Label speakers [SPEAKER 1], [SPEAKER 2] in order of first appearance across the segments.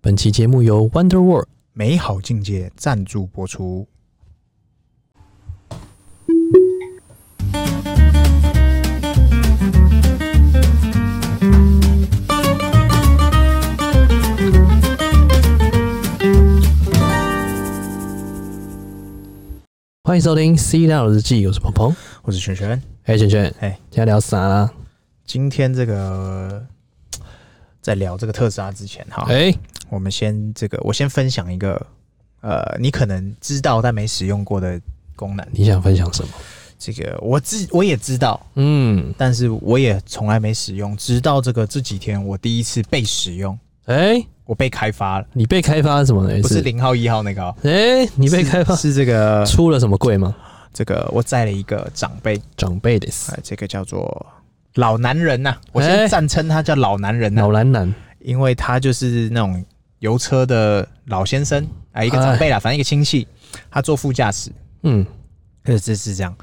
[SPEAKER 1] 本期节目由 Wonder World
[SPEAKER 2] 美好境界赞助播出。
[SPEAKER 1] 欢迎收听《C 大佬日记》，我是鹏鹏。
[SPEAKER 2] 我是璇璇，
[SPEAKER 1] 哎，璇璇，
[SPEAKER 2] 哎，
[SPEAKER 1] 今天聊啥啊啦？
[SPEAKER 2] 今天这个呃在聊这个特斯拉之前哈，
[SPEAKER 1] 哎，
[SPEAKER 2] 我们先这个我先分享一个呃，你可能知道但没使用过的功能。
[SPEAKER 1] 你想分享什么？
[SPEAKER 2] 这个我知我也知道，
[SPEAKER 1] 嗯，
[SPEAKER 2] 但是我也从来没使用，直到这个这几天我第一次被使用，
[SPEAKER 1] 哎，
[SPEAKER 2] 我被开发了，
[SPEAKER 1] 你被开发了什么呢？
[SPEAKER 2] 不是零号一号那个、哦，
[SPEAKER 1] 哎，你被开发
[SPEAKER 2] 是是这个
[SPEAKER 1] 出了什么贵吗？
[SPEAKER 2] 这个我载了一个长辈，
[SPEAKER 1] 长辈的
[SPEAKER 2] 哎、这个叫做老男人呐、我
[SPEAKER 1] 哎
[SPEAKER 2] 先赞称他叫老男人呐、
[SPEAKER 1] 老男男，
[SPEAKER 2] 因为他就是那种油车的老先生，啊、一个长辈啦，反正一个亲戚，他坐副驾驶，
[SPEAKER 1] 嗯，
[SPEAKER 2] 呃，这是这样，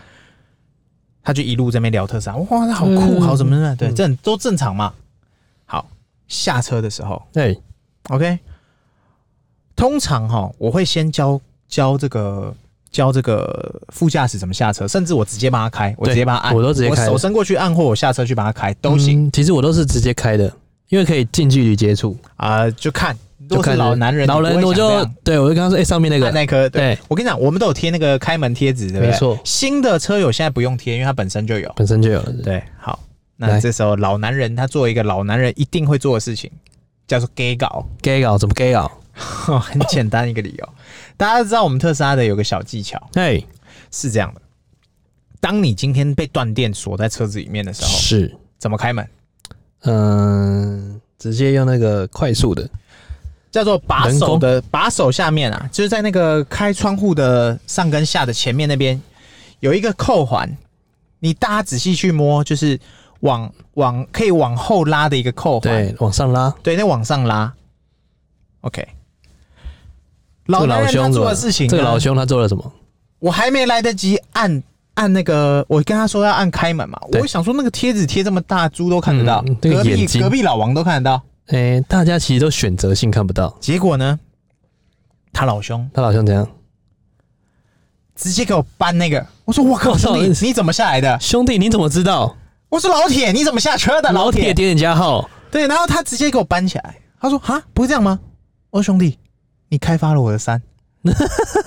[SPEAKER 2] 他就一路在那边聊特斯拉，哇，那好酷，
[SPEAKER 1] 嗯
[SPEAKER 2] 好什么的，对，
[SPEAKER 1] 嗯
[SPEAKER 2] 这很都正常嘛。好，下车的时候
[SPEAKER 1] 哎，
[SPEAKER 2] ，OK，通常哈，我会先教教这个。教这个副驾驶怎么下车，甚至我直接帮他开，我
[SPEAKER 1] 对
[SPEAKER 2] 直接帮他按，
[SPEAKER 1] 我都直接开
[SPEAKER 2] 我手伸过去按，或我下车去帮他开都行。
[SPEAKER 1] 嗯其实我都是直接开的，因为可以近距离接触。
[SPEAKER 2] 啊、就看，如
[SPEAKER 1] 就
[SPEAKER 2] 果
[SPEAKER 1] 看
[SPEAKER 2] 是老男人，
[SPEAKER 1] 老
[SPEAKER 2] 你不
[SPEAKER 1] 人
[SPEAKER 2] 会
[SPEAKER 1] 我
[SPEAKER 2] 想这
[SPEAKER 1] 就
[SPEAKER 2] 样
[SPEAKER 1] 对我就跟他说，哎，上面那
[SPEAKER 2] 按
[SPEAKER 1] 个，哎
[SPEAKER 2] 那颗，对
[SPEAKER 1] 对，
[SPEAKER 2] 我跟你讲，我们都有贴那个开门贴纸，对不对？
[SPEAKER 1] 没错
[SPEAKER 2] 新的车友现在不用贴，因为它本身就有。
[SPEAKER 1] 本身就有了。
[SPEAKER 2] 对，好，
[SPEAKER 1] 来
[SPEAKER 2] 那这时候老男人他做一个老男人一定会做的事情，叫做 gay 搞，
[SPEAKER 1] gay 搞怎么 gay 搞？
[SPEAKER 2] 很简单一个理由。大家都知道我们特斯拉的有个小技巧
[SPEAKER 1] 哎，
[SPEAKER 2] 是这样的：当你今天被断电锁在车子里面的时候，
[SPEAKER 1] 是，
[SPEAKER 2] 怎么开门？
[SPEAKER 1] 嗯，直接用那个快速的，
[SPEAKER 2] 叫做把
[SPEAKER 1] 人
[SPEAKER 2] 手
[SPEAKER 1] 工
[SPEAKER 2] 的把手下面啊，就是在那个开窗户的上跟下的前面那边有一个扣环，你大家仔细去摸，就是往往可以往后拉的一个扣环，
[SPEAKER 1] 对，往上拉。
[SPEAKER 2] 对，那往上拉。OK，
[SPEAKER 1] 这
[SPEAKER 2] 老
[SPEAKER 1] 个
[SPEAKER 2] 男
[SPEAKER 1] 老
[SPEAKER 2] 人他
[SPEAKER 1] 兄
[SPEAKER 2] 做
[SPEAKER 1] 做
[SPEAKER 2] 的事情呢，
[SPEAKER 1] 这个老兄他做了什么？
[SPEAKER 2] 我还没来得及按按那个，我跟他说要按开门嘛，
[SPEAKER 1] 对
[SPEAKER 2] 我想说那个贴纸贴这么大，猪都看得到，
[SPEAKER 1] 嗯这个
[SPEAKER 2] 隔壁
[SPEAKER 1] 眼睛
[SPEAKER 2] 隔壁老王都看得到，
[SPEAKER 1] 哎、大家其实都选择性看不到。
[SPEAKER 2] 结果呢，他老兄。
[SPEAKER 1] 他老兄怎样？
[SPEAKER 2] 直接给我搬那个。我说我靠，
[SPEAKER 1] 我操
[SPEAKER 2] 兄弟，你怎么下来的？
[SPEAKER 1] 兄弟，你怎么知道？
[SPEAKER 2] 我说老铁，你怎么下车的？老
[SPEAKER 1] 铁
[SPEAKER 2] 铁，
[SPEAKER 1] 点点加号。
[SPEAKER 2] 对，然后他直接给我搬起来。他说哈，不是这样吗？我说兄弟，你开发了我的 山。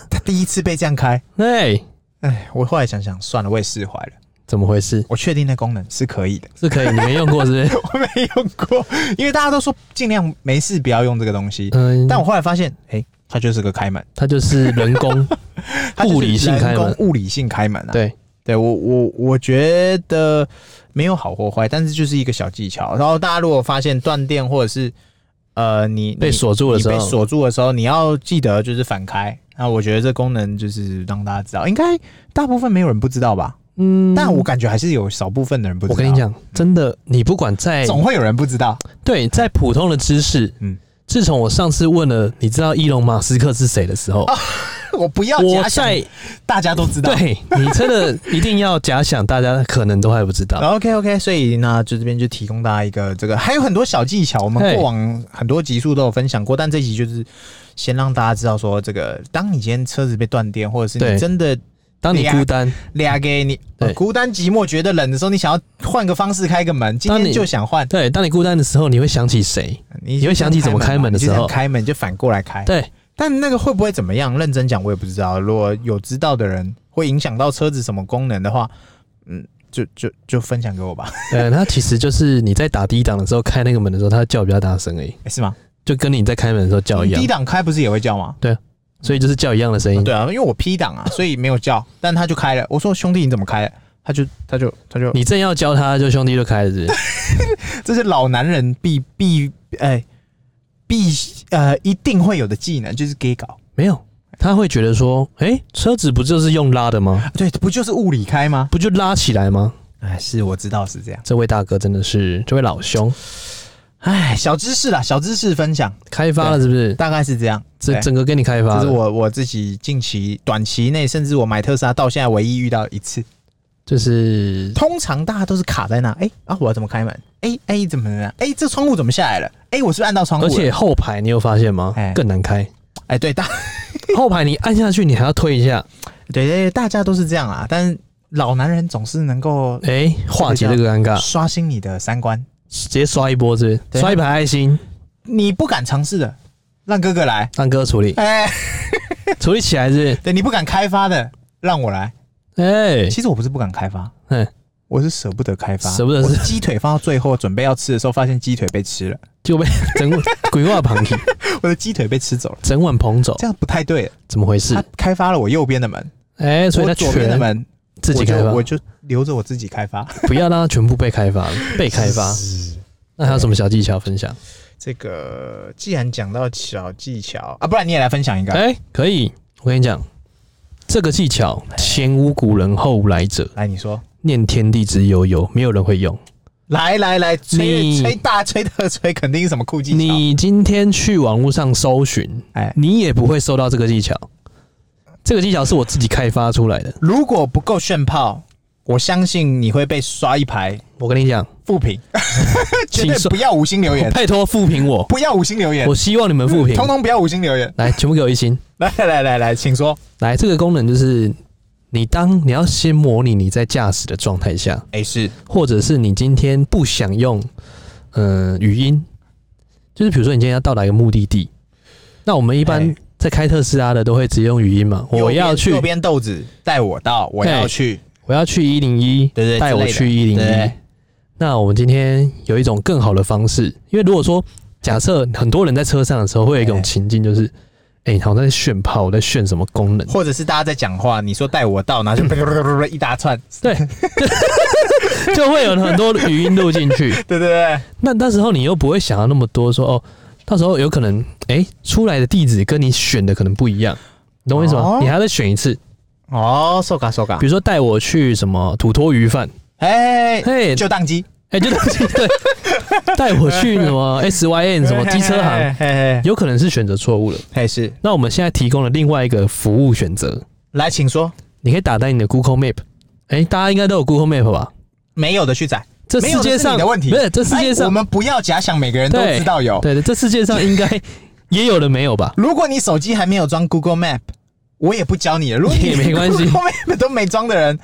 [SPEAKER 2] 他第一次被这样开，
[SPEAKER 1] 哎、
[SPEAKER 2] 哎，我后来想想，算了，我也释怀了。
[SPEAKER 1] 怎么回事？
[SPEAKER 2] 我确定那功能是可以的，
[SPEAKER 1] 是可以，你没用过是不是？
[SPEAKER 2] 我 没用过，因为大家都说尽量没事不要用这个东西。
[SPEAKER 1] 嗯，
[SPEAKER 2] 但我后来发现，哎、它就是个开门，
[SPEAKER 1] 他就是人工，
[SPEAKER 2] 它就是
[SPEAKER 1] 物理性开
[SPEAKER 2] 人
[SPEAKER 1] 门
[SPEAKER 2] 工物理性开门 啊。
[SPEAKER 1] 对，
[SPEAKER 2] 对我我我觉得没有好或坏，但是就是一个小技巧。然后大家如果发现断电或者是呃你
[SPEAKER 1] 被锁住
[SPEAKER 2] 住
[SPEAKER 1] 的时
[SPEAKER 2] 被
[SPEAKER 1] 候，
[SPEAKER 2] 锁住的时候，你要记得就是反开。那我觉得这功能就是让大家知道，应该大部分没有人不知道吧？
[SPEAKER 1] 嗯
[SPEAKER 2] 但我感觉还是有少部分的人不知
[SPEAKER 1] 我
[SPEAKER 2] 道。
[SPEAKER 1] 跟你，讲，哎真的，你不管在
[SPEAKER 2] 总会有人不知道。
[SPEAKER 1] 对在普通的知识，
[SPEAKER 2] 嗯
[SPEAKER 1] 自从我上次问了你知道伊隆马斯克是谁的时候，
[SPEAKER 2] 我不要
[SPEAKER 1] 我
[SPEAKER 2] 假想
[SPEAKER 1] 在
[SPEAKER 2] 大家都知道。
[SPEAKER 1] 对你真的一定要假想，大家可能都还不知 道。
[SPEAKER 2] OK OK，所以那就这边就提供大家一个这个，还有很多小技巧，我们
[SPEAKER 1] 嘿
[SPEAKER 2] 过往很多集数都有分享过，但这集就是先让大家知道说，这个当你今天车子被断电，或者是
[SPEAKER 1] 对
[SPEAKER 2] 你真的
[SPEAKER 1] 当你孤单，
[SPEAKER 2] 俩给你、
[SPEAKER 1] 对
[SPEAKER 2] 呃孤单寂寞觉得冷的时候，你想要换个方式开个门，今
[SPEAKER 1] 当你
[SPEAKER 2] 天就想换，
[SPEAKER 1] 对，当你孤单的时候，你会想起谁？
[SPEAKER 2] 你
[SPEAKER 1] 你会想起怎么开门的时候
[SPEAKER 2] 你就想开门你就反过来开。
[SPEAKER 1] 对，
[SPEAKER 2] 但那个会不会怎么样？认真讲，我也不知道。如果有知道的人会影响到车子什么功能的话，嗯，就就就分享给我吧，
[SPEAKER 1] 呃，它其实就是你在打第一档的时候开那个门的时候，它叫比较大声而已，
[SPEAKER 2] 欸是吗？
[SPEAKER 1] 就跟你在开门的时候叫一
[SPEAKER 2] 你
[SPEAKER 1] 样
[SPEAKER 2] 低，档开不是也会叫吗？
[SPEAKER 1] 所以就是叫一样的声音。
[SPEAKER 2] 对啊，因为我 P 档 啊，所以没有叫，但他就开了。我说兄弟，你怎么开的？他就他就他就，
[SPEAKER 1] 你正要教他，就兄弟就开了是不是
[SPEAKER 2] 这是老男人必必哎必呃一定会有的技能，就是 gay 搞。
[SPEAKER 1] 没有，他会觉得说，哎、车子不就是用拉的吗？
[SPEAKER 2] 啊对，不就是物理开吗？
[SPEAKER 1] 不就拉起来吗？
[SPEAKER 2] 哎，是我知道是这样。
[SPEAKER 1] 这位大哥真的是，这位老兄
[SPEAKER 2] 哎，小知识啦，小知识分享，
[SPEAKER 1] 开发了是不是？
[SPEAKER 2] 大概是这样。
[SPEAKER 1] 这
[SPEAKER 2] 对
[SPEAKER 1] 整个给你开发
[SPEAKER 2] 这是
[SPEAKER 1] 了，
[SPEAKER 2] 我我自己近期短期内，甚至我买特斯拉到现在唯一遇到一次。
[SPEAKER 1] 就是
[SPEAKER 2] 通常大家都是卡在那，哎、啊，我要怎么开门？哎、哎、怎么怎么样？哎、这窗户怎么下来了？哎、我是不是按到窗户
[SPEAKER 1] 而
[SPEAKER 2] 了？
[SPEAKER 1] 且后排你有发现吗
[SPEAKER 2] 哎？
[SPEAKER 1] 更难开，
[SPEAKER 2] 哎、对大
[SPEAKER 1] 后排你按下去，你还要推一下，
[SPEAKER 2] 对对对，大家都是这样啊，但是老男人总是能够呃
[SPEAKER 1] 哎，化解这个尴尬，
[SPEAKER 2] 刷新你的三观，
[SPEAKER 1] 直接刷一波是不是
[SPEAKER 2] 对啊
[SPEAKER 1] 刷一排爱心，
[SPEAKER 2] 你不敢尝试的，让哥哥来。
[SPEAKER 1] 让哥处 理，
[SPEAKER 2] 哎、
[SPEAKER 1] 处理起来是不是
[SPEAKER 2] 对你不敢开发的，让我来。
[SPEAKER 1] 哎，
[SPEAKER 2] 其实我不是不敢开发，
[SPEAKER 1] 嗯，
[SPEAKER 2] 我是舍不得开发，
[SPEAKER 1] 舍不得
[SPEAKER 2] 我
[SPEAKER 1] 是
[SPEAKER 2] 是鸡腿放到最后准备要吃的时候，发现鸡腿被吃了，
[SPEAKER 1] 就被整个鬼话旁听，
[SPEAKER 2] 我的鸡腿被吃走了，
[SPEAKER 1] 整晚捧走，
[SPEAKER 2] 这样不太对。
[SPEAKER 1] 怎么回事
[SPEAKER 2] 他？开发了我右边的门，
[SPEAKER 1] 哎，所以
[SPEAKER 2] 我
[SPEAKER 1] 他
[SPEAKER 2] 左边的
[SPEAKER 1] 全
[SPEAKER 2] 门
[SPEAKER 1] 自己开发
[SPEAKER 2] 我，就我就留着我自己开发。
[SPEAKER 1] 不要让它全部被开发，被开发。那还有什么小技巧分享？
[SPEAKER 2] 这个既然讲到小技巧啊，不然你也来分享一个。
[SPEAKER 1] 哎，可以，我跟你讲，这个技巧
[SPEAKER 2] 哎
[SPEAKER 1] 前无古人后无来者，
[SPEAKER 2] 来，你说，
[SPEAKER 1] 念天地之悠悠，没有人会用。
[SPEAKER 2] 来来来，吹
[SPEAKER 1] 你
[SPEAKER 2] 吹大吹特吹，肯定是什么酷技巧。
[SPEAKER 1] 你今天去网络上搜寻，
[SPEAKER 2] 哎，
[SPEAKER 1] 你也不会搜到这个技巧。这个技巧是我自己开发出来的。
[SPEAKER 2] 如果不够炫炮，我相信你会被刷一排
[SPEAKER 1] 我跟你讲，
[SPEAKER 2] 负评，绝
[SPEAKER 1] 请
[SPEAKER 2] 对
[SPEAKER 1] 说
[SPEAKER 2] 不要五星留言，
[SPEAKER 1] 拜托复评我，
[SPEAKER 2] 不要五星留言
[SPEAKER 1] 我，希望你们复评。
[SPEAKER 2] 通通不要五星留言。
[SPEAKER 1] 来，全部给我一星。
[SPEAKER 2] 来来来来，请说。
[SPEAKER 1] 来，这个功能就是你当你要先模拟你在驾驶的状态下，
[SPEAKER 2] 哎，是
[SPEAKER 1] 或者是你今天不想用，嗯、语音，就是比如说你今天要到达一个目的地，那我们一般
[SPEAKER 2] 哎
[SPEAKER 1] 在开特斯拉的都会直接用语音嘛。
[SPEAKER 2] 右
[SPEAKER 1] 我
[SPEAKER 2] 边
[SPEAKER 1] 要去，
[SPEAKER 2] 右边豆子带我到，我要
[SPEAKER 1] 嘿
[SPEAKER 2] 去。
[SPEAKER 1] 我要去一零一，
[SPEAKER 2] 对对
[SPEAKER 1] 带我
[SPEAKER 2] 之
[SPEAKER 1] 去
[SPEAKER 2] 类
[SPEAKER 1] 一
[SPEAKER 2] 的
[SPEAKER 1] 零
[SPEAKER 2] 对
[SPEAKER 1] 一。那我们今天有一种更好的方式，因为如果说假设很多人在车上的时候，会有一种
[SPEAKER 2] 哎
[SPEAKER 1] 情境，就是，哎、好像在炫炮，我在炫什么功 能？
[SPEAKER 2] 或者是大家在讲话，你说带我到，然后
[SPEAKER 1] 嗯
[SPEAKER 2] 就一大串，
[SPEAKER 1] 对， 就会有很多语音录进去。
[SPEAKER 2] 对对对，
[SPEAKER 1] 那那时候你又不会想要那么多说哦，到时候有可能，哎、出来的地址跟你选的可能不一样，你懂我意思吗？
[SPEAKER 2] 哦
[SPEAKER 1] 你还要再选一次，
[SPEAKER 2] 哦，受嘎受嘎
[SPEAKER 1] 比，如说带我去什么土托鱼饭，
[SPEAKER 2] 哎，
[SPEAKER 1] 嘿，
[SPEAKER 2] 就宕机，
[SPEAKER 1] 哎、就对，带我去什么 S Y N 什么机车行，
[SPEAKER 2] 嘿，嘿嘿
[SPEAKER 1] 有可能是选择错误了。
[SPEAKER 2] 嘿是，
[SPEAKER 1] 那我们现在提供了另外一个服务选择，
[SPEAKER 2] 来，请说，
[SPEAKER 1] 你可以打开你的 Google Map，哎、大家应该都有 Google Map 吧？
[SPEAKER 2] 没有的去宰，
[SPEAKER 1] 这
[SPEAKER 2] 没有
[SPEAKER 1] 世
[SPEAKER 2] 的
[SPEAKER 1] 界
[SPEAKER 2] 是
[SPEAKER 1] 上
[SPEAKER 2] 你的问题，
[SPEAKER 1] 不是这世界
[SPEAKER 2] 哎我
[SPEAKER 1] 上，
[SPEAKER 2] 们不要假想每个人都
[SPEAKER 1] 对
[SPEAKER 2] 知道有，
[SPEAKER 1] 对对，这世界上应该也有的没有吧？
[SPEAKER 2] 如果你手机还没有装 Google Map，我也不教你了，如果你
[SPEAKER 1] 也没关系
[SPEAKER 2] Google Map 都没装的人，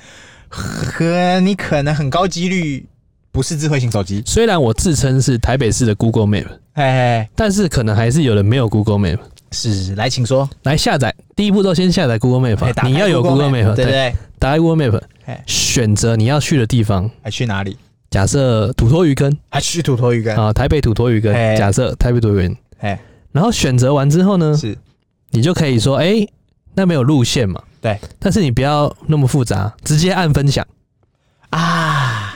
[SPEAKER 2] 和你可能很高几率不是智慧型手机，
[SPEAKER 1] 虽然我自称是台北市的 Google Map，
[SPEAKER 2] 哎，
[SPEAKER 1] 但是可能还是有人没有 Google Map。
[SPEAKER 2] 是，来，请说，
[SPEAKER 1] 来下载，第一步都先下载 Google
[SPEAKER 2] 哎
[SPEAKER 1] Map，啊、
[SPEAKER 2] 打开
[SPEAKER 1] 你要有 Google Map，
[SPEAKER 2] 对不，对？
[SPEAKER 1] 打开 Google Map，
[SPEAKER 2] 哎，
[SPEAKER 1] 选择你要去的地方。
[SPEAKER 2] 还去哪里？
[SPEAKER 1] 假设土托鱼羹
[SPEAKER 2] 还去土托鱼羹？
[SPEAKER 1] 啊，台北土托鱼羹
[SPEAKER 2] 哎，
[SPEAKER 1] 假设台北土托鱼羹，
[SPEAKER 2] 哎，
[SPEAKER 1] 然后选择完之后呢，
[SPEAKER 2] 是
[SPEAKER 1] 你就可以说，哎、那没有路线嘛？
[SPEAKER 2] 对。
[SPEAKER 1] 但是你不要那么复杂，直接按分享。嗯
[SPEAKER 2] 啊，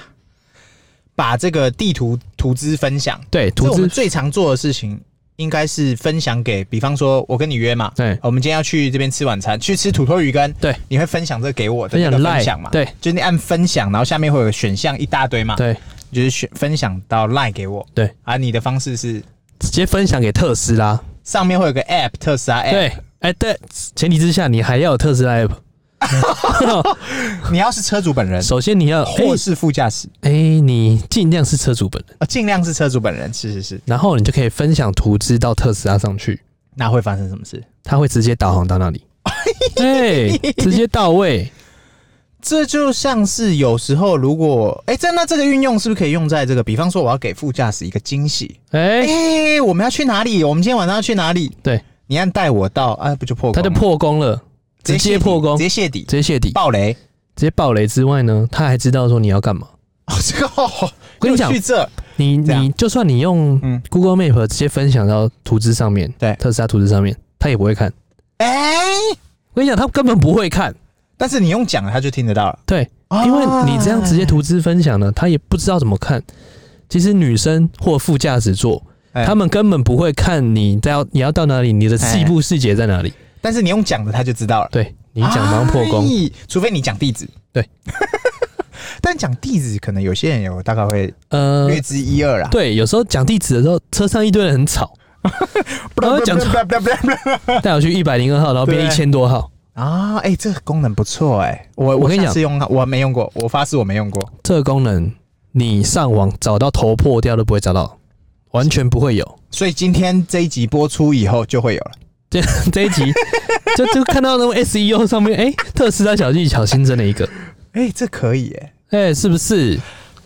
[SPEAKER 2] 把这个地图图资分享，
[SPEAKER 1] 对，
[SPEAKER 2] 这
[SPEAKER 1] 图
[SPEAKER 2] 我们
[SPEAKER 1] 资
[SPEAKER 2] 最常做的事情应该是分享给，比方说我跟你约嘛，
[SPEAKER 1] 对
[SPEAKER 2] 我们今天要去这边吃晚餐，去吃土托鱼羹，
[SPEAKER 1] 对，
[SPEAKER 2] 你会分享这个给我的
[SPEAKER 1] 分
[SPEAKER 2] 那
[SPEAKER 1] 享
[SPEAKER 2] 个分
[SPEAKER 1] line
[SPEAKER 2] 享嘛？，
[SPEAKER 1] 对
[SPEAKER 2] 就是你按分享，然后下面会有个选项一大堆嘛，
[SPEAKER 1] 对，
[SPEAKER 2] 就是选分享到 line 给我，
[SPEAKER 1] 对，
[SPEAKER 2] 啊，你的方式是
[SPEAKER 1] 直接分享给特斯拉。
[SPEAKER 2] 上面会有个 app 特斯拉 app，
[SPEAKER 1] 对，哎、对，前提之下你还要有特斯拉 app。
[SPEAKER 2] 你要是车主本人。
[SPEAKER 1] 首先你要，哎、
[SPEAKER 2] 或是副驾驶，
[SPEAKER 1] 哎你尽量是车主本人，
[SPEAKER 2] 啊，尽量是车主本人，是是是。
[SPEAKER 1] 然后你就可以分享图资到特斯拉上去，
[SPEAKER 2] 那会发生什么事？
[SPEAKER 1] 它会直接导航到那 里。对，直接到位。
[SPEAKER 2] 这就像是有时候，如果哎，真的这个运用是不是可以用在这个？比方说，我要给副驾驶一个惊喜，
[SPEAKER 1] 哎、
[SPEAKER 2] 哎、我们要去哪里？我们今天晚上要去哪里？
[SPEAKER 1] 对，
[SPEAKER 2] 你按带我到，啊，不就破功
[SPEAKER 1] 它
[SPEAKER 2] 了？
[SPEAKER 1] 就破功了，直
[SPEAKER 2] 泄
[SPEAKER 1] 接
[SPEAKER 2] 底
[SPEAKER 1] 破功，
[SPEAKER 2] 直
[SPEAKER 1] 直
[SPEAKER 2] 接泄底，
[SPEAKER 1] 接泄底。
[SPEAKER 2] 爆雷。
[SPEAKER 1] 直接爆雷之外呢，他还知道说你要干嘛。
[SPEAKER 2] 哦，这个，哦、
[SPEAKER 1] 我跟你讲
[SPEAKER 2] 又去，这
[SPEAKER 1] 你
[SPEAKER 2] 这样
[SPEAKER 1] 你就算你
[SPEAKER 2] 嗯
[SPEAKER 1] 用 Google Map 直接分享到图资上面，
[SPEAKER 2] 对
[SPEAKER 1] 特斯拉图资上面，他也不会看。
[SPEAKER 2] 哎、
[SPEAKER 1] 我跟你讲，他根本不会看，
[SPEAKER 2] 但是你用讲了，他就听得到了。
[SPEAKER 1] 对，
[SPEAKER 2] 啊
[SPEAKER 1] 因为你这样直接图资分享呢，他也不知道怎么看。其实女生或副驾驶座，
[SPEAKER 2] 哎
[SPEAKER 1] 他们根本不会看你在要你要到哪里，你的细部细节在哪里。
[SPEAKER 2] 但是你用讲的，他就知道了。
[SPEAKER 1] 对你讲马上破功，
[SPEAKER 2] 哎除非你讲地址。
[SPEAKER 1] 对，
[SPEAKER 2] 但讲地址可能有些人有大概会
[SPEAKER 1] 呃，
[SPEAKER 2] 略知一二啦。
[SPEAKER 1] 对，有时候讲地址的时候，车上一堆人呃很吵，然后讲错 带我去一百零二号，然后变一
[SPEAKER 2] 对
[SPEAKER 1] 千多号，
[SPEAKER 2] 啊，哎、这个功能不错哎、我
[SPEAKER 1] 我跟你讲
[SPEAKER 2] 是用它我没用过，我发誓我没用过。
[SPEAKER 1] 这个功能，你上网找到头破掉都不会找到，完全不会有。
[SPEAKER 2] 所以今天这一集播出以后就会有了。
[SPEAKER 1] 这 这一集就就看到那个 SEO 上面，哎、特斯拉小技巧新增了一个，
[SPEAKER 2] 哎、这可以哎、
[SPEAKER 1] 哎、是不是？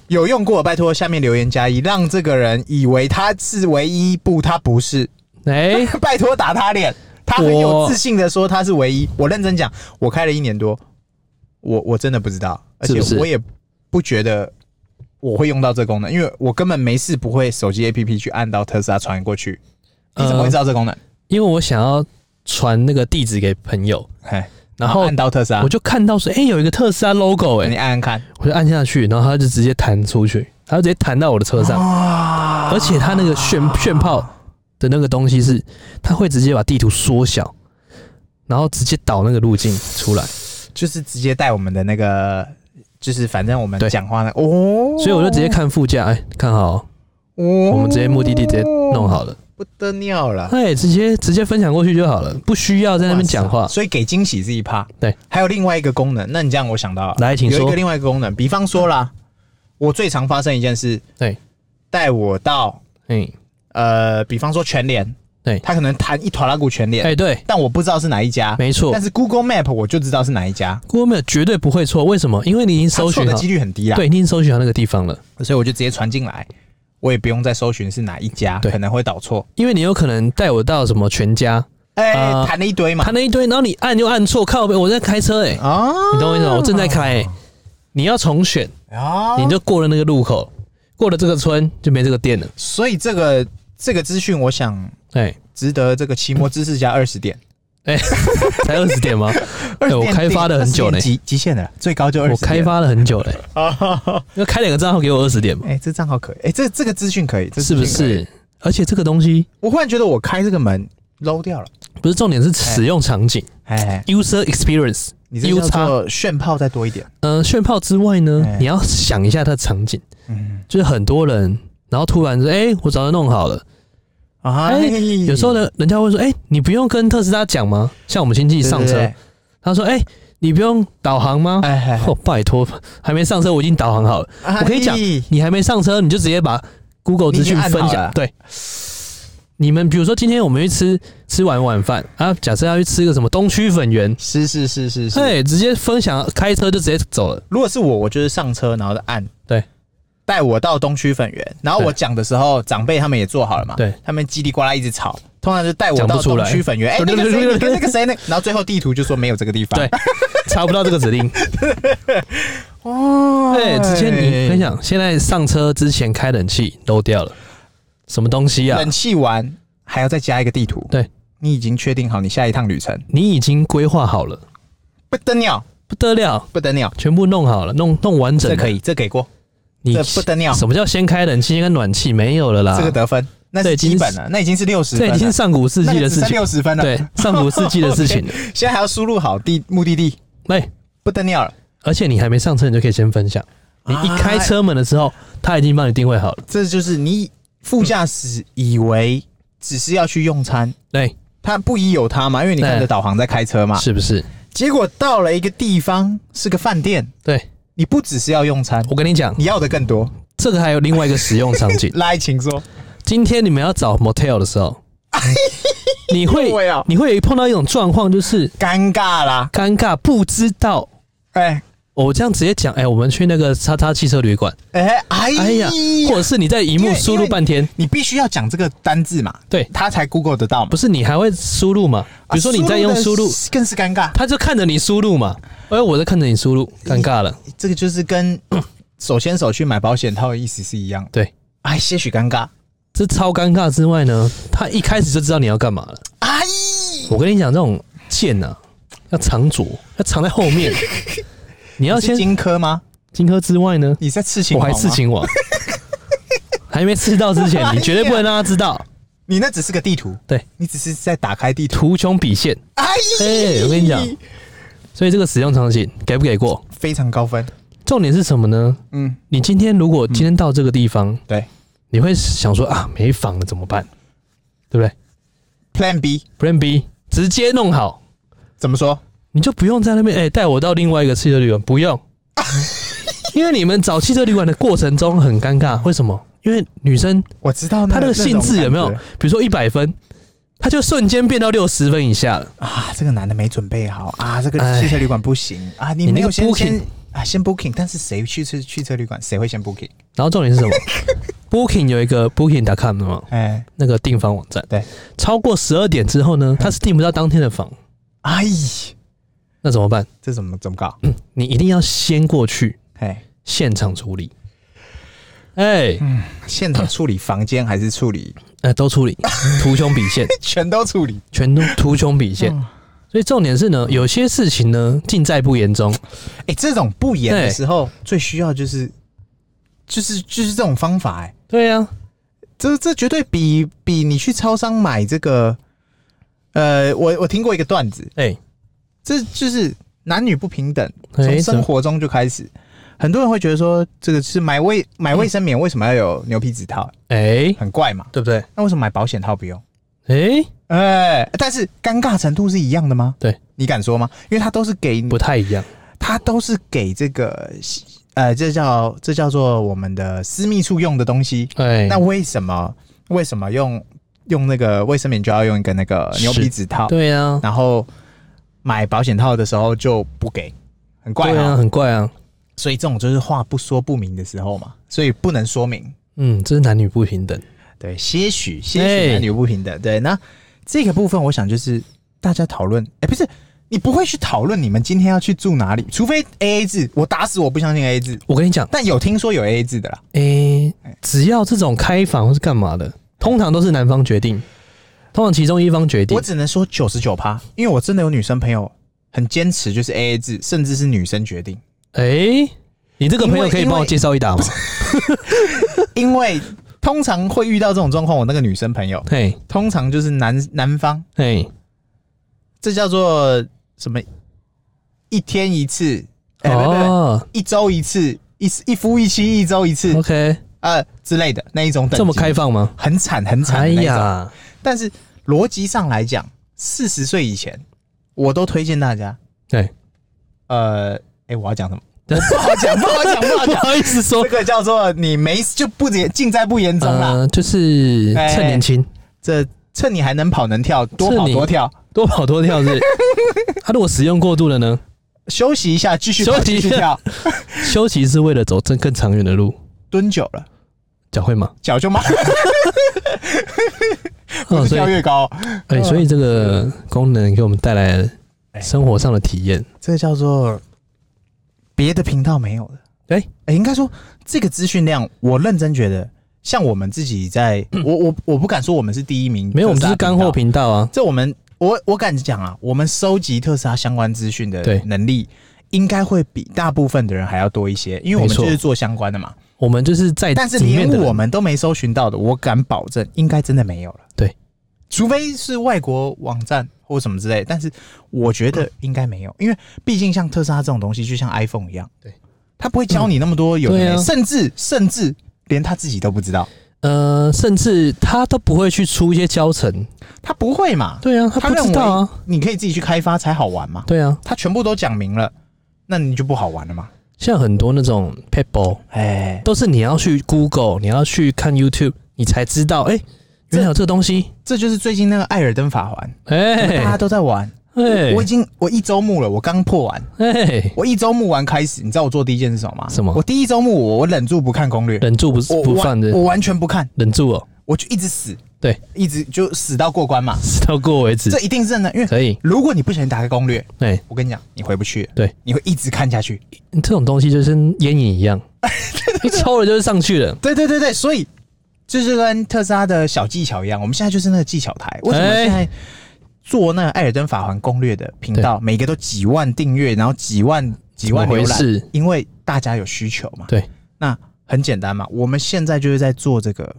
[SPEAKER 2] 有用过，拜托下面留言加一，让这个人以为他是唯一，不，他不是。
[SPEAKER 1] 哎、
[SPEAKER 2] 拜托打他脸，他很有
[SPEAKER 1] 我
[SPEAKER 2] 自信的说他是唯一。我认真讲，我开了一年多，我我真的不知道，而
[SPEAKER 1] 是
[SPEAKER 2] 且
[SPEAKER 1] 不是
[SPEAKER 2] 我也不觉得我会用到这功能，因为我根本没事不会手机 APP 去按到特斯拉传过去。你怎么会知道这功能？
[SPEAKER 1] 呃因为我想要传那个地址给朋友，
[SPEAKER 2] 嘿，
[SPEAKER 1] 然后
[SPEAKER 2] 按到特斯拉
[SPEAKER 1] 我，就看到说，哎、有一个特斯拉 logo，哎、
[SPEAKER 2] 你按按看，
[SPEAKER 1] 我就按下去，然后它就直接弹出去，它就直接弹到我的车上，
[SPEAKER 2] 哇！
[SPEAKER 1] 而且它
[SPEAKER 2] 啊
[SPEAKER 1] 那个炫炫炮的那个东西是，它会直接把地图缩小，然后直接导那个路径出来，
[SPEAKER 2] 就是直接带我们的那个，就是反正我们
[SPEAKER 1] 对
[SPEAKER 2] 讲话呢，哦，
[SPEAKER 1] 所以我就直接看副驾，哎、看好哦，
[SPEAKER 2] 哦，
[SPEAKER 1] 我
[SPEAKER 2] 我
[SPEAKER 1] 们直接目的地直接弄，好了，
[SPEAKER 2] 不得了了。
[SPEAKER 1] 哎、直接直接分享过去就好了，不需要在那边讲
[SPEAKER 2] 哇
[SPEAKER 1] 话
[SPEAKER 2] 塞。所以给惊喜是一趴。
[SPEAKER 1] 对，
[SPEAKER 2] 还有另外一个功能，那你这样我想到了，
[SPEAKER 1] 来请说
[SPEAKER 2] 有一个另外一个功能，比方说啦，我最常发生一件事，
[SPEAKER 1] 对，
[SPEAKER 2] 带我到
[SPEAKER 1] 嗯，
[SPEAKER 2] 呃，比方说全联，
[SPEAKER 1] 对
[SPEAKER 2] 他可能弹一坨拉股全联，
[SPEAKER 1] 哎、对，
[SPEAKER 2] 但我不知道是哪一家，
[SPEAKER 1] 没错
[SPEAKER 2] 但是 Google Map 我就知道是哪一家，
[SPEAKER 1] ，Google Map 绝对不会错，为什么？因为你已经
[SPEAKER 2] 它
[SPEAKER 1] 搜
[SPEAKER 2] 错
[SPEAKER 1] 寻
[SPEAKER 2] 的
[SPEAKER 1] 好
[SPEAKER 2] 几，率很低啦，，
[SPEAKER 1] 对，你已经搜寻好那个地方了，
[SPEAKER 2] 所以我就直接传进来，我也不用再搜寻是哪一家，
[SPEAKER 1] 对
[SPEAKER 2] 可能会导错，
[SPEAKER 1] 因为你有可能带我到什么全家，
[SPEAKER 2] 哎，
[SPEAKER 1] 呃
[SPEAKER 2] 弹了一堆嘛
[SPEAKER 1] 他，那一堆，然后你按又按错，靠背，我在开车哎、
[SPEAKER 2] 啊，
[SPEAKER 1] 你懂我意思吗？我正在开、欸，你要重选，
[SPEAKER 2] 啊，
[SPEAKER 1] 你就过了那个路口，过了这个村就没这个店了。
[SPEAKER 2] 所以这个这个资讯，我想
[SPEAKER 1] 哎、
[SPEAKER 2] 值得这个期末知识加二十点。
[SPEAKER 1] 才二十点吗？
[SPEAKER 2] 二
[SPEAKER 1] 哎我开发了很久嘞
[SPEAKER 2] 极极限的，最高就二十。
[SPEAKER 1] 我开发了很久嘞、
[SPEAKER 2] 啊，
[SPEAKER 1] 要开两个账号给我二十点嘛，
[SPEAKER 2] 哎，这账号可以，哎，这这个资讯可以，这
[SPEAKER 1] 是不
[SPEAKER 2] 资讯可以？
[SPEAKER 1] 是？而且这个东西
[SPEAKER 2] 我忽然觉得我开这个门 low 掉了，
[SPEAKER 1] 不是重点，是使用场景、
[SPEAKER 2] 哎哎，
[SPEAKER 1] user experience）。
[SPEAKER 2] 你这
[SPEAKER 1] U
[SPEAKER 2] 叫做炫炮再多一点，
[SPEAKER 1] 嗯，炫炮之外呢，
[SPEAKER 2] 哎
[SPEAKER 1] 你要想一下它的场景，
[SPEAKER 2] 嗯
[SPEAKER 1] 就是很多人，然后突然说：“哎、我早就弄好了。
[SPEAKER 2] 啊
[SPEAKER 1] 哎有时候呢，人家会说：“哎、你不用跟特斯拉讲吗？”像我们亲戚上车，，他说：“哎、你不用导航吗？”
[SPEAKER 2] 哎哎
[SPEAKER 1] 哦，拜托，还没上车我已经导航好了。我跟你讲，
[SPEAKER 2] 哎
[SPEAKER 1] 你还没上车，你就直接把 Google 资讯
[SPEAKER 2] 你已经
[SPEAKER 1] 分
[SPEAKER 2] 按好了
[SPEAKER 1] 享。对，你们比如说今天我们去吃吃完晚饭啊，假设要去吃个什么东区粉圆，
[SPEAKER 2] 是是是是是，
[SPEAKER 1] 对，直接分享，开车就直接走了。
[SPEAKER 2] 如果是我，我就是上车然后就按
[SPEAKER 1] 对。
[SPEAKER 2] 带我到东区粉圆，然后我
[SPEAKER 1] 对
[SPEAKER 2] 讲的时候，长辈他们也做好了嘛，
[SPEAKER 1] 对，
[SPEAKER 2] 他们叽里呱啦一直吵，通常就带我
[SPEAKER 1] 讲不
[SPEAKER 2] 到
[SPEAKER 1] 出
[SPEAKER 2] 东
[SPEAKER 1] 来
[SPEAKER 2] 区粉圆，哎、那个谁， 那个那个谁，那个，然后最后地图就说没有这个地方，
[SPEAKER 1] 对，查不到这个指 令。
[SPEAKER 2] 哦
[SPEAKER 1] 对，直接你分享，现在上车之前开冷气漏掉了，什么东西啊
[SPEAKER 2] 冷？气完还要再加一个地图，
[SPEAKER 1] 对，
[SPEAKER 2] 你已经确定好你下一趟旅程，
[SPEAKER 1] 你已经规划好了，
[SPEAKER 2] 不得了，
[SPEAKER 1] 不得了，
[SPEAKER 2] 不得了，
[SPEAKER 1] 全部弄好了，弄弄完整
[SPEAKER 2] 这
[SPEAKER 1] 了。
[SPEAKER 2] 可以，这给过，
[SPEAKER 1] 你
[SPEAKER 2] 这不得了
[SPEAKER 1] 什么叫先开冷气跟暖气？没有了啦，
[SPEAKER 2] 这个得分，那
[SPEAKER 1] 这
[SPEAKER 2] 是
[SPEAKER 1] 啊已经
[SPEAKER 2] 基本了，那已经是六十
[SPEAKER 1] 这
[SPEAKER 2] 分了，
[SPEAKER 1] 已经是上古世纪的事情，
[SPEAKER 2] 六十分了，
[SPEAKER 1] 对，上古世纪的事 情了。
[SPEAKER 2] 现在还要输入好地目的地，
[SPEAKER 1] 哎、
[SPEAKER 2] 不得了了，
[SPEAKER 1] 而且你还没上车，你就可以先分享。你一开车门的时候，他已经帮你定位好了。
[SPEAKER 2] 这就是你副驾驶以为只是要去用餐，
[SPEAKER 1] 对，
[SPEAKER 2] 他不疑有他嘛，因为你看着
[SPEAKER 1] 对
[SPEAKER 2] 导航在开车嘛，
[SPEAKER 1] 是不是？
[SPEAKER 2] 结果到了一个地方是个饭店，
[SPEAKER 1] 对，
[SPEAKER 2] 你不只是要用餐，
[SPEAKER 1] 我跟你讲，
[SPEAKER 2] 你要的更多。。
[SPEAKER 1] 这个还有另外一个使用场景
[SPEAKER 2] 来，请说。
[SPEAKER 1] 今天你们要找 motel 的时 候，你会
[SPEAKER 2] 我要
[SPEAKER 1] 你会碰到一种状况，就是
[SPEAKER 2] 尴尬啦，
[SPEAKER 1] 尴尬，不知道。
[SPEAKER 2] 哎
[SPEAKER 1] 我这样直接讲，哎、我们去那个叉叉汽车旅馆。
[SPEAKER 2] 哎哎
[SPEAKER 1] 哎呀
[SPEAKER 2] 呀，，
[SPEAKER 1] 或者是你在荧幕输入半天，
[SPEAKER 2] 你必须要讲这个单字嘛，
[SPEAKER 1] 对
[SPEAKER 2] 他才 Google 得到嘛。
[SPEAKER 1] 不是你还会输入嘛？比如说你在用输入
[SPEAKER 2] 啊，的更是尴尬，
[SPEAKER 1] 他就看着你输入嘛，哎，我在看着你输入，尴尬了。
[SPEAKER 2] 这个就是 跟手牵手去买保险套的意思是一样的，
[SPEAKER 1] 对，
[SPEAKER 2] 哎，些许尴尬。
[SPEAKER 1] 这超尴尬之外呢，他一开始就知道你要干嘛了。
[SPEAKER 2] 哎，
[SPEAKER 1] 我跟你讲，这种剑呐、啊，要藏拙，要藏在后 面。你要
[SPEAKER 2] 你是
[SPEAKER 1] 先
[SPEAKER 2] 荆轲吗？
[SPEAKER 1] 荆轲之外呢，
[SPEAKER 2] 你在刺秦
[SPEAKER 1] 我
[SPEAKER 2] 王
[SPEAKER 1] 还
[SPEAKER 2] 吗？
[SPEAKER 1] 刺秦王，还没刺到之 前，你绝对不能让他知道。
[SPEAKER 2] 你那只是个地图，
[SPEAKER 1] 对，
[SPEAKER 2] 你只是在打开地图。
[SPEAKER 1] 图穷匕现，
[SPEAKER 2] 哎，
[SPEAKER 1] 哎我跟你讲所以这个使用场景给不给过？
[SPEAKER 2] 非常高分。
[SPEAKER 1] 重点是什么呢？
[SPEAKER 2] 嗯，
[SPEAKER 1] 你今天如果今天到这个地方，
[SPEAKER 2] 对
[SPEAKER 1] 你会想说啊，没房了怎么办？对不对
[SPEAKER 2] ，Plan B
[SPEAKER 1] ？Plan B 直接弄好，
[SPEAKER 2] 怎么说？
[SPEAKER 1] 你就不用在那边哎带我到另外一个汽车旅馆，不 用，因为你们找汽车旅馆的过程中很尴尬，为什么？因为女生
[SPEAKER 2] 我知道那
[SPEAKER 1] 她那个性质有没有
[SPEAKER 2] 那种感？
[SPEAKER 1] 比如说一百分，她就瞬间变到六十分以下了。
[SPEAKER 2] 觉啊？这个男的没准备好啊，这个
[SPEAKER 1] 哎
[SPEAKER 2] 汽车旅馆不行啊，你
[SPEAKER 1] 你
[SPEAKER 2] 没
[SPEAKER 1] 那
[SPEAKER 2] 有
[SPEAKER 1] 个
[SPEAKER 2] 先
[SPEAKER 1] booking
[SPEAKER 2] 先啊先 booking，但是谁去吃汽车旅馆谁会先 booking？
[SPEAKER 1] 然后重点是什 么？Booking 有一个 Booking.com 的嘛，
[SPEAKER 2] 哎，
[SPEAKER 1] 那个订房网站。
[SPEAKER 2] 对，
[SPEAKER 1] 超过十二点之后呢，他是订不到当天的房，
[SPEAKER 2] 哎，
[SPEAKER 1] 那怎么办？
[SPEAKER 2] 这怎么怎么搞？
[SPEAKER 1] 你一定要先过去
[SPEAKER 2] 哎，
[SPEAKER 1] 现场处理。哎、
[SPEAKER 2] 嗯现场处理房间还是处理，
[SPEAKER 1] 呃，都处理，图穷匕现，
[SPEAKER 2] 全都处理。
[SPEAKER 1] 全都图穷匕现。
[SPEAKER 2] 嗯
[SPEAKER 1] 所以重点是呢，有些事情呢，尽在不言中。
[SPEAKER 2] 哎、这种不演的
[SPEAKER 1] 对
[SPEAKER 2] 时候，最需要就是，就是就是这种方法、哎，
[SPEAKER 1] 对呀、啊，
[SPEAKER 2] 这这绝对比比你去超商买这个，呃，我我听过一个段子，
[SPEAKER 1] 哎、
[SPEAKER 2] 这就是男女不平等，
[SPEAKER 1] 哎
[SPEAKER 2] 从
[SPEAKER 1] 怎
[SPEAKER 2] 生
[SPEAKER 1] 么
[SPEAKER 2] 活中就开始。很多人会觉得说，这个是买卫买卫生棉为什么要有牛皮纸套，
[SPEAKER 1] 哎、
[SPEAKER 2] 很怪嘛？
[SPEAKER 1] 对不对？
[SPEAKER 2] 那为什么买保险套不用？
[SPEAKER 1] 哎、
[SPEAKER 2] 哎、但是尴尬程度是一样的吗？
[SPEAKER 1] 对，
[SPEAKER 2] 你敢说吗？因为它都是给你
[SPEAKER 1] 不太一样。
[SPEAKER 2] 它都是给这个呃，这叫这叫做我们的私密处用的东西。
[SPEAKER 1] 哎、
[SPEAKER 2] 那为什么为什么用用那个卫生棉就要用一个那个牛皮纸套？
[SPEAKER 1] 对啊呀、
[SPEAKER 2] 然后买保险套的时候就不给，很怪
[SPEAKER 1] 对
[SPEAKER 2] 啊。
[SPEAKER 1] 啊，很怪啊。
[SPEAKER 2] 所以这种就是话不说不明的时候嘛，所以不能说明。
[SPEAKER 1] 嗯，这是男女不平等。
[SPEAKER 2] 对，些许些
[SPEAKER 1] 哎
[SPEAKER 2] 许男女不平等。对，那这个部分我想就是大家讨论，哎、不是。你不会去讨论你们今天要去住哪里，除非 A A 制。我打死我不相信 A A 制。
[SPEAKER 1] 我跟你讲，
[SPEAKER 2] 但有听说有 A A 制的啦，
[SPEAKER 1] 诶、
[SPEAKER 2] 哎
[SPEAKER 1] 只要这种开房或是干嘛的，通常都是男方决定，通常其中一方决定
[SPEAKER 2] 我。只能说九十九趴，因为我真的有女生朋友很坚持，就是 A A 制，甚至是女生决定，
[SPEAKER 1] 诶、哎你这个朋
[SPEAKER 2] 因
[SPEAKER 1] 友
[SPEAKER 2] 为
[SPEAKER 1] 可以帮
[SPEAKER 2] 因
[SPEAKER 1] 我
[SPEAKER 2] 为
[SPEAKER 1] 介绍一打吗？
[SPEAKER 2] 因为通常会遇到这种状况，我那个女生朋友
[SPEAKER 1] 嘿，
[SPEAKER 2] 通常就是男男方，
[SPEAKER 1] 嘿，
[SPEAKER 2] 这叫做什么？一天一次，哎、不不不，
[SPEAKER 1] 哦
[SPEAKER 2] 一周一次，一一夫一妻一周一次，
[SPEAKER 1] ，OK，
[SPEAKER 2] 呃之类的那一种等级，
[SPEAKER 1] 哦这么开放吗？
[SPEAKER 2] 很惨很惨
[SPEAKER 1] 哎
[SPEAKER 2] 的那一种。
[SPEAKER 1] 呀，
[SPEAKER 2] 但是逻辑上来讲，四十岁以前，我都推荐大家。
[SPEAKER 1] 对，
[SPEAKER 2] 呃，哎、我要讲什么？ 不好讲，不好讲，不好
[SPEAKER 1] 不
[SPEAKER 2] 讲。
[SPEAKER 1] 好意思说
[SPEAKER 2] 这，个叫做你没就不言尽在不言中啦。
[SPEAKER 1] 呃，就是
[SPEAKER 2] 哎
[SPEAKER 1] 趁年轻，
[SPEAKER 2] 这趁你还能跑能跳，多跑
[SPEAKER 1] 趁你
[SPEAKER 2] 多跳，
[SPEAKER 1] 多跑多跳 是。他啊如果使用过度了呢？
[SPEAKER 2] 休息一下，继续跑
[SPEAKER 1] 休息
[SPEAKER 2] 继
[SPEAKER 1] 一下
[SPEAKER 2] 续跳，
[SPEAKER 1] 休息是为了走更更长远的路，
[SPEAKER 2] 蹲久了
[SPEAKER 1] 脚会 吗？
[SPEAKER 2] 脚就麻，不
[SPEAKER 1] 哦，
[SPEAKER 2] 是嗯
[SPEAKER 1] 所
[SPEAKER 2] 跳
[SPEAKER 1] 以，
[SPEAKER 2] 越高。
[SPEAKER 1] 哎，所以这个功能给我们带来了
[SPEAKER 2] 哎
[SPEAKER 1] 生活上的体验。
[SPEAKER 2] 这叫做别的频道没有的。
[SPEAKER 1] 哎
[SPEAKER 2] 哎、应该说这个资讯量，我认真觉得，像我们自 己在，我我我不敢说我们是第一名，
[SPEAKER 1] 没有，我们这
[SPEAKER 2] 特斯拉
[SPEAKER 1] 是干货频
[SPEAKER 2] 频道。
[SPEAKER 1] 道啊。
[SPEAKER 2] 这我们我我敢讲啊，我们收集特斯拉相关资讯的
[SPEAKER 1] 对
[SPEAKER 2] 能力，应该会比大部分的人还要多一些，因为我
[SPEAKER 1] 没
[SPEAKER 2] 们
[SPEAKER 1] 错
[SPEAKER 2] 就是做相关的嘛。
[SPEAKER 1] 我们就是在
[SPEAKER 2] 但是
[SPEAKER 1] 里面
[SPEAKER 2] 连
[SPEAKER 1] 的人
[SPEAKER 2] 我们都没搜寻到的，我敢保证，应该真的没有了。
[SPEAKER 1] 对，
[SPEAKER 2] 除非是外国网站或什么之类，但是我觉得应该没有，因为毕竟像特斯拉这种东西，就像 iPhone 一样，
[SPEAKER 1] 对，
[SPEAKER 2] 他不会教你那么多有的没
[SPEAKER 1] 对啊
[SPEAKER 2] 甚至甚至连他自己都不知道，
[SPEAKER 1] 呃，甚至他都不会去出一些教程。
[SPEAKER 2] 他不会嘛？
[SPEAKER 1] 对啊，他不知道啊。
[SPEAKER 2] 你可以自己去开发才好玩嘛。
[SPEAKER 1] 对啊，
[SPEAKER 2] 他全部都讲明了，那你就不好玩了嘛。
[SPEAKER 1] 像很多那种 Pebble
[SPEAKER 2] 哎，
[SPEAKER 1] 都是你要去 Google，你要去看 YouTube，你才知道，哎、原来有这个东西。
[SPEAKER 2] 这就是最近那个《艾尔登法环》大家
[SPEAKER 1] 哎、
[SPEAKER 2] 都在玩。
[SPEAKER 1] 哎
[SPEAKER 2] 我已经我一周目了，我刚破完，
[SPEAKER 1] 哎，
[SPEAKER 2] 我一周目完开始，你知道我做第一件事是什么吗？
[SPEAKER 1] 什么
[SPEAKER 2] 我第一周目我我忍住不看攻略，
[SPEAKER 1] 忍住不
[SPEAKER 2] 我
[SPEAKER 1] 不
[SPEAKER 2] 我
[SPEAKER 1] 放
[SPEAKER 2] 完
[SPEAKER 1] 的，
[SPEAKER 2] 我完全不看，
[SPEAKER 1] 忍住哦，
[SPEAKER 2] 我就一直死，
[SPEAKER 1] 对，
[SPEAKER 2] 一直就死到过关嘛。
[SPEAKER 1] 直到过为止
[SPEAKER 2] 这，一定是真的，因为
[SPEAKER 1] 可以。
[SPEAKER 2] 如果你不小心打开攻略，
[SPEAKER 1] 哎、
[SPEAKER 2] 我跟你讲，你回不去了，
[SPEAKER 1] 对，
[SPEAKER 2] 你会一直看下去。
[SPEAKER 1] 这种东西就是跟烟瘾一 样，一抽了就是上去了。
[SPEAKER 2] 对对对对，所以这就是跟特斯拉的小技巧一样，我们现在就是那个技巧台。为什么
[SPEAKER 1] 哎
[SPEAKER 2] 现在做那个《艾尔登法环》攻略的频道，每个都几万订阅，然后几万几万
[SPEAKER 1] 怎么
[SPEAKER 2] 浏
[SPEAKER 1] 回
[SPEAKER 2] 览
[SPEAKER 1] 事？
[SPEAKER 2] 因为大家有需求嘛。
[SPEAKER 1] 对，
[SPEAKER 2] 那很简单嘛，我们现在就是在做这个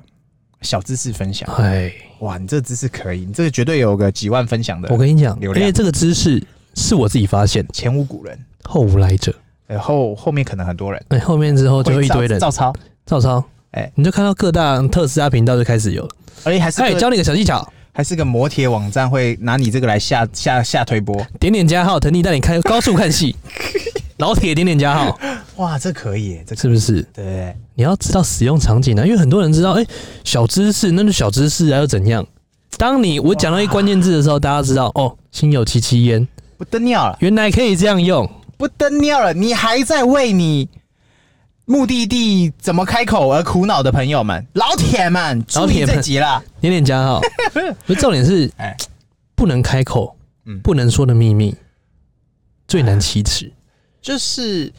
[SPEAKER 2] 小知识分享。
[SPEAKER 1] 哎，
[SPEAKER 2] 哇，你这个知识可以，你这个绝对有个几万分享的
[SPEAKER 1] 我，跟你讲，
[SPEAKER 2] 啊流
[SPEAKER 1] 因
[SPEAKER 2] 量
[SPEAKER 1] 为这个知识是我自己发现，
[SPEAKER 2] 前无古人，
[SPEAKER 1] 后无来者。
[SPEAKER 2] 然后后面可能很多人
[SPEAKER 1] 哎、后面之后就会一堆人
[SPEAKER 2] 照照抄，
[SPEAKER 1] 照抄，
[SPEAKER 2] 哎
[SPEAKER 1] 你就看到各大特斯拉频道就开始有了。
[SPEAKER 2] 而且还是
[SPEAKER 1] 哎，
[SPEAKER 2] 各
[SPEAKER 1] 教你个小技巧，
[SPEAKER 2] 还是个磨铁网站会拿你这个来下下下推波。
[SPEAKER 1] 点点加号，腾力带你看高速看 戏，老铁点点加号，
[SPEAKER 2] 哇，这可以耶，这
[SPEAKER 1] 是不是？
[SPEAKER 2] 对
[SPEAKER 1] 你要知道使用场景啊，因为很多人知道，哎、小知识那就小知识啊，又怎样？当你我讲到一关键字的时候，大家知道哦，心有戚戚焉，
[SPEAKER 2] 不得尿了，
[SPEAKER 1] 原来可以这样用。
[SPEAKER 2] 不得尿了，你还在为你目的地怎么开口而苦恼的朋友们，老铁们，
[SPEAKER 1] 老
[SPEAKER 2] 注
[SPEAKER 1] 铁
[SPEAKER 2] 意
[SPEAKER 1] 们
[SPEAKER 2] 这集啦。
[SPEAKER 1] 点点加 号，所以重点是
[SPEAKER 2] 哎，
[SPEAKER 1] 不能开口，
[SPEAKER 2] 嗯
[SPEAKER 1] 不能说的秘密最难启齿。
[SPEAKER 2] 就是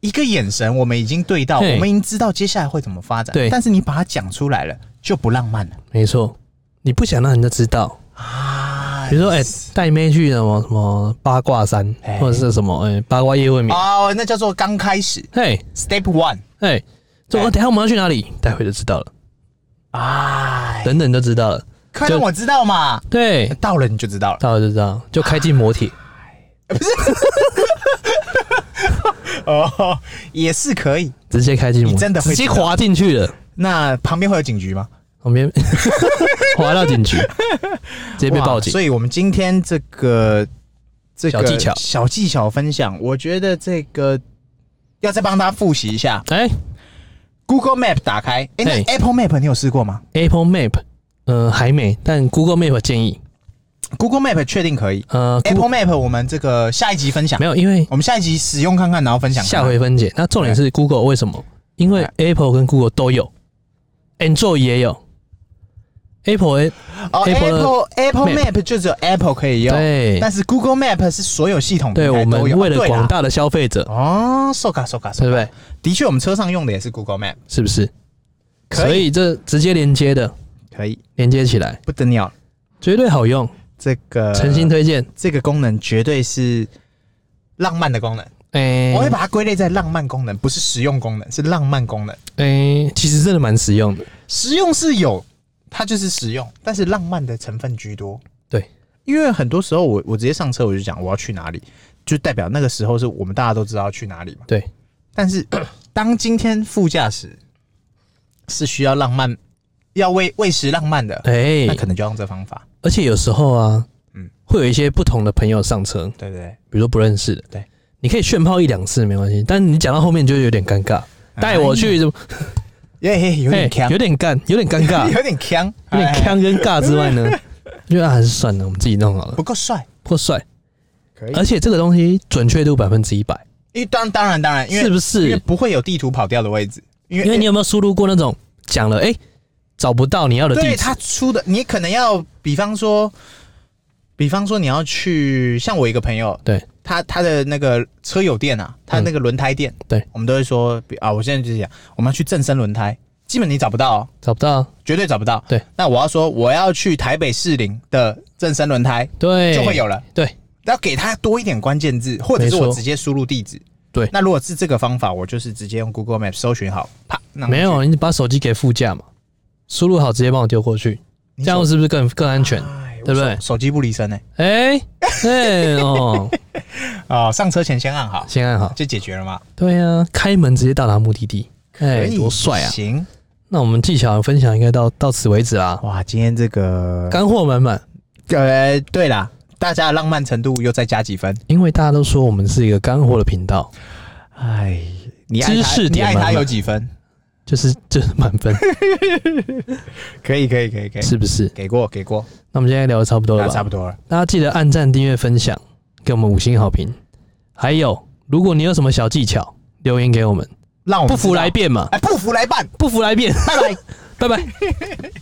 [SPEAKER 2] 一个眼神，我们已经对到，
[SPEAKER 1] 嘿
[SPEAKER 2] 我们已经知道接下来会怎么发展。
[SPEAKER 1] 对
[SPEAKER 2] 但是你把它讲出来了，就不浪漫了
[SPEAKER 1] 没错，你不想让人家知道，
[SPEAKER 2] 啊
[SPEAKER 1] 比如说哎，带、妹去什么什么八卦山，
[SPEAKER 2] 哎
[SPEAKER 1] 或者是什么哎、八卦夜未眠，
[SPEAKER 2] 哦，那叫做刚开始
[SPEAKER 1] 嘿、
[SPEAKER 2] ，step one
[SPEAKER 1] 哎，走，
[SPEAKER 2] 哎
[SPEAKER 1] 等一下我们要去哪里？待会就知道了，哎
[SPEAKER 2] 啊，
[SPEAKER 1] 等等就知道了。
[SPEAKER 2] 快让我知道嘛，
[SPEAKER 1] 对，
[SPEAKER 2] 到了你就知道了。
[SPEAKER 1] 到了就知道，就开进摩 铁。
[SPEAKER 2] 哦，也是可以。
[SPEAKER 1] 直接开进摩铁，
[SPEAKER 2] 你真的会
[SPEAKER 1] 直接
[SPEAKER 2] 知道
[SPEAKER 1] 滑进去了，
[SPEAKER 2] 那旁边会有警局吗？
[SPEAKER 1] 旁边 滑到警局，直接被
[SPEAKER 2] 哇
[SPEAKER 1] 报警。
[SPEAKER 2] 所以我们今天这个这个
[SPEAKER 1] 小技巧
[SPEAKER 2] 小技巧分享，我觉得这个要再帮大家复习一下。
[SPEAKER 1] 哎、
[SPEAKER 2] Google Map 打开，哎、
[SPEAKER 1] 嘿
[SPEAKER 2] 那 Apple Map 你有试过吗
[SPEAKER 1] a p p l e Map，呃，还没，但 Google Map 建议，
[SPEAKER 2] ？Google Map 确定可以。
[SPEAKER 1] 呃
[SPEAKER 2] Apple
[SPEAKER 1] Google-
[SPEAKER 2] Map 我们这个下一集分享
[SPEAKER 1] 没，有，因为
[SPEAKER 2] 我们下一集使用看看，然后分享看看
[SPEAKER 1] 下回分解。那重点是 Google 为什么？因为
[SPEAKER 2] 哎
[SPEAKER 1] Apple 跟 Google 都有，Android 也有，Apple 也
[SPEAKER 2] 哦
[SPEAKER 1] Apple 的
[SPEAKER 2] ，Apple Apple
[SPEAKER 1] Map
[SPEAKER 2] Map 就只有 Apple 可以用，
[SPEAKER 1] 对
[SPEAKER 2] 但是 Google Map 是所有系统
[SPEAKER 1] 对，
[SPEAKER 2] 平台
[SPEAKER 1] 我们
[SPEAKER 2] 都有哦
[SPEAKER 1] 为了
[SPEAKER 2] 对啦
[SPEAKER 1] 广大的消费者，
[SPEAKER 2] 哦，so ga so ga
[SPEAKER 1] 对
[SPEAKER 2] so
[SPEAKER 1] 不
[SPEAKER 2] ga，
[SPEAKER 1] 对？
[SPEAKER 2] 的确我们车上用的也是 Google Map，
[SPEAKER 1] 是不是？
[SPEAKER 2] 可以
[SPEAKER 1] 所以这直接连接的，
[SPEAKER 2] 可以
[SPEAKER 1] 连接起来
[SPEAKER 2] 不得了，
[SPEAKER 1] 绝对好用，
[SPEAKER 2] 这个
[SPEAKER 1] 诚心推荐。
[SPEAKER 2] 这个功能绝对是浪漫的功能，
[SPEAKER 1] 哎、
[SPEAKER 2] 我会把它归类在浪漫功能，不是实用功能，是浪漫功能。
[SPEAKER 1] 哎、
[SPEAKER 2] 呃
[SPEAKER 1] 其实真的蛮实用的。
[SPEAKER 2] 实用是有，它就是实用，但是浪漫的成分居多。
[SPEAKER 1] 对，
[SPEAKER 2] 因为很多时候我我直接上车我就讲我要去哪里，就代表那个时候是我们大家都知道要去哪里嘛。
[SPEAKER 1] 对，
[SPEAKER 2] 但是 当今天副驾驶是需要浪漫，要喂喂食浪漫的，
[SPEAKER 1] 哎、
[SPEAKER 2] 那可能就要用这方法，
[SPEAKER 1] 而且有时候啊，
[SPEAKER 2] 嗯
[SPEAKER 1] 会有一些不同的朋友上车，
[SPEAKER 2] 对不对？
[SPEAKER 1] 比如说不认识的，
[SPEAKER 2] 对，
[SPEAKER 1] 你可以炫炮一两次没关系，但你讲到后面就有点尴尬，带我去怎么，
[SPEAKER 2] 耶耶，哎有点
[SPEAKER 1] 嘿
[SPEAKER 2] 呛
[SPEAKER 1] 有，点干，有点尴 尬，
[SPEAKER 2] 有点呛，
[SPEAKER 1] 有点
[SPEAKER 2] 哎，
[SPEAKER 1] 坑跟尬之外呢，就啊还是算了，我们自己弄好了，
[SPEAKER 2] 不哎够帅，
[SPEAKER 1] 不过帅，
[SPEAKER 2] 可以。
[SPEAKER 1] 而且这个东西准确度百分之一百，
[SPEAKER 2] 因为当当然当然，因为
[SPEAKER 1] 是不
[SPEAKER 2] 因为
[SPEAKER 1] 是？
[SPEAKER 2] 不会有地图跑掉的位置，因为
[SPEAKER 1] 因为你有没有输入过那种讲了哎、找不到你要的地
[SPEAKER 2] 对
[SPEAKER 1] 址？
[SPEAKER 2] 它出的，你可能要比方说，比方说你要去，像我一个朋友，
[SPEAKER 1] 对
[SPEAKER 2] 他他的那个车友店啊，他那个轮胎店，
[SPEAKER 1] 对
[SPEAKER 2] 我们都会说比啊，我现在就是讲，我们要去正生轮胎，基本你找不到、哦，
[SPEAKER 1] 找不到，
[SPEAKER 2] 绝对找不到。
[SPEAKER 1] 对，
[SPEAKER 2] 那我要说我要去台北士林的正生轮胎，
[SPEAKER 1] 对，
[SPEAKER 2] 就会有了。
[SPEAKER 1] 对，
[SPEAKER 2] 要给他多一点关键字，或者是
[SPEAKER 1] 没错
[SPEAKER 2] 我直接输入地址。
[SPEAKER 1] 对
[SPEAKER 2] 那如果是这个方法，我就是直接用 Google Map 搜寻好，啪，那我
[SPEAKER 1] 没
[SPEAKER 2] 就
[SPEAKER 1] 有，你把手机给副驾嘛，输入好直接帮我丢过去，
[SPEAKER 2] 你
[SPEAKER 1] 这样
[SPEAKER 2] 手
[SPEAKER 1] 是不是更更安 全？
[SPEAKER 2] 哎
[SPEAKER 1] 对不对
[SPEAKER 2] 我手手机不离身呢、欸
[SPEAKER 1] 哎、哎、 哦，
[SPEAKER 2] 啊、上车前先按好，
[SPEAKER 1] 先按好。
[SPEAKER 2] 就解决了嘛。
[SPEAKER 1] 对啊，开门直接到达目的地，哎、
[SPEAKER 2] 可以
[SPEAKER 1] 多帅啊！
[SPEAKER 2] 行，
[SPEAKER 1] 那我们技巧分享应该到到此为止啦，
[SPEAKER 2] 哇，今天这个，
[SPEAKER 1] 干货满满。
[SPEAKER 2] 呃，对啦，大家的浪漫程度又再加几分。
[SPEAKER 1] 因为大家都说我们是一个干货的频道，
[SPEAKER 2] 哎，你爱
[SPEAKER 1] 知
[SPEAKER 2] 他，
[SPEAKER 1] 识
[SPEAKER 2] 你
[SPEAKER 1] 点
[SPEAKER 2] 爱
[SPEAKER 1] 满
[SPEAKER 2] 他
[SPEAKER 1] 满
[SPEAKER 2] 有几分？
[SPEAKER 1] 就是 就是满 分，
[SPEAKER 2] 可以，可以，可以，可以，
[SPEAKER 1] 是不是？
[SPEAKER 2] 给过，给过，
[SPEAKER 1] 那我们今天聊的差不多了
[SPEAKER 2] 那
[SPEAKER 1] 吧？
[SPEAKER 2] 差不多了。
[SPEAKER 1] 大家记得按赞、订阅、分享，给我们五星好评。还有，如果你有什么小技巧，留言给我们。
[SPEAKER 2] 让我们
[SPEAKER 1] 不服
[SPEAKER 2] 知道
[SPEAKER 1] 来，辩嘛，
[SPEAKER 2] 哎，不服来办，
[SPEAKER 1] 不服来辩，
[SPEAKER 2] 拜拜。
[SPEAKER 1] 拜拜。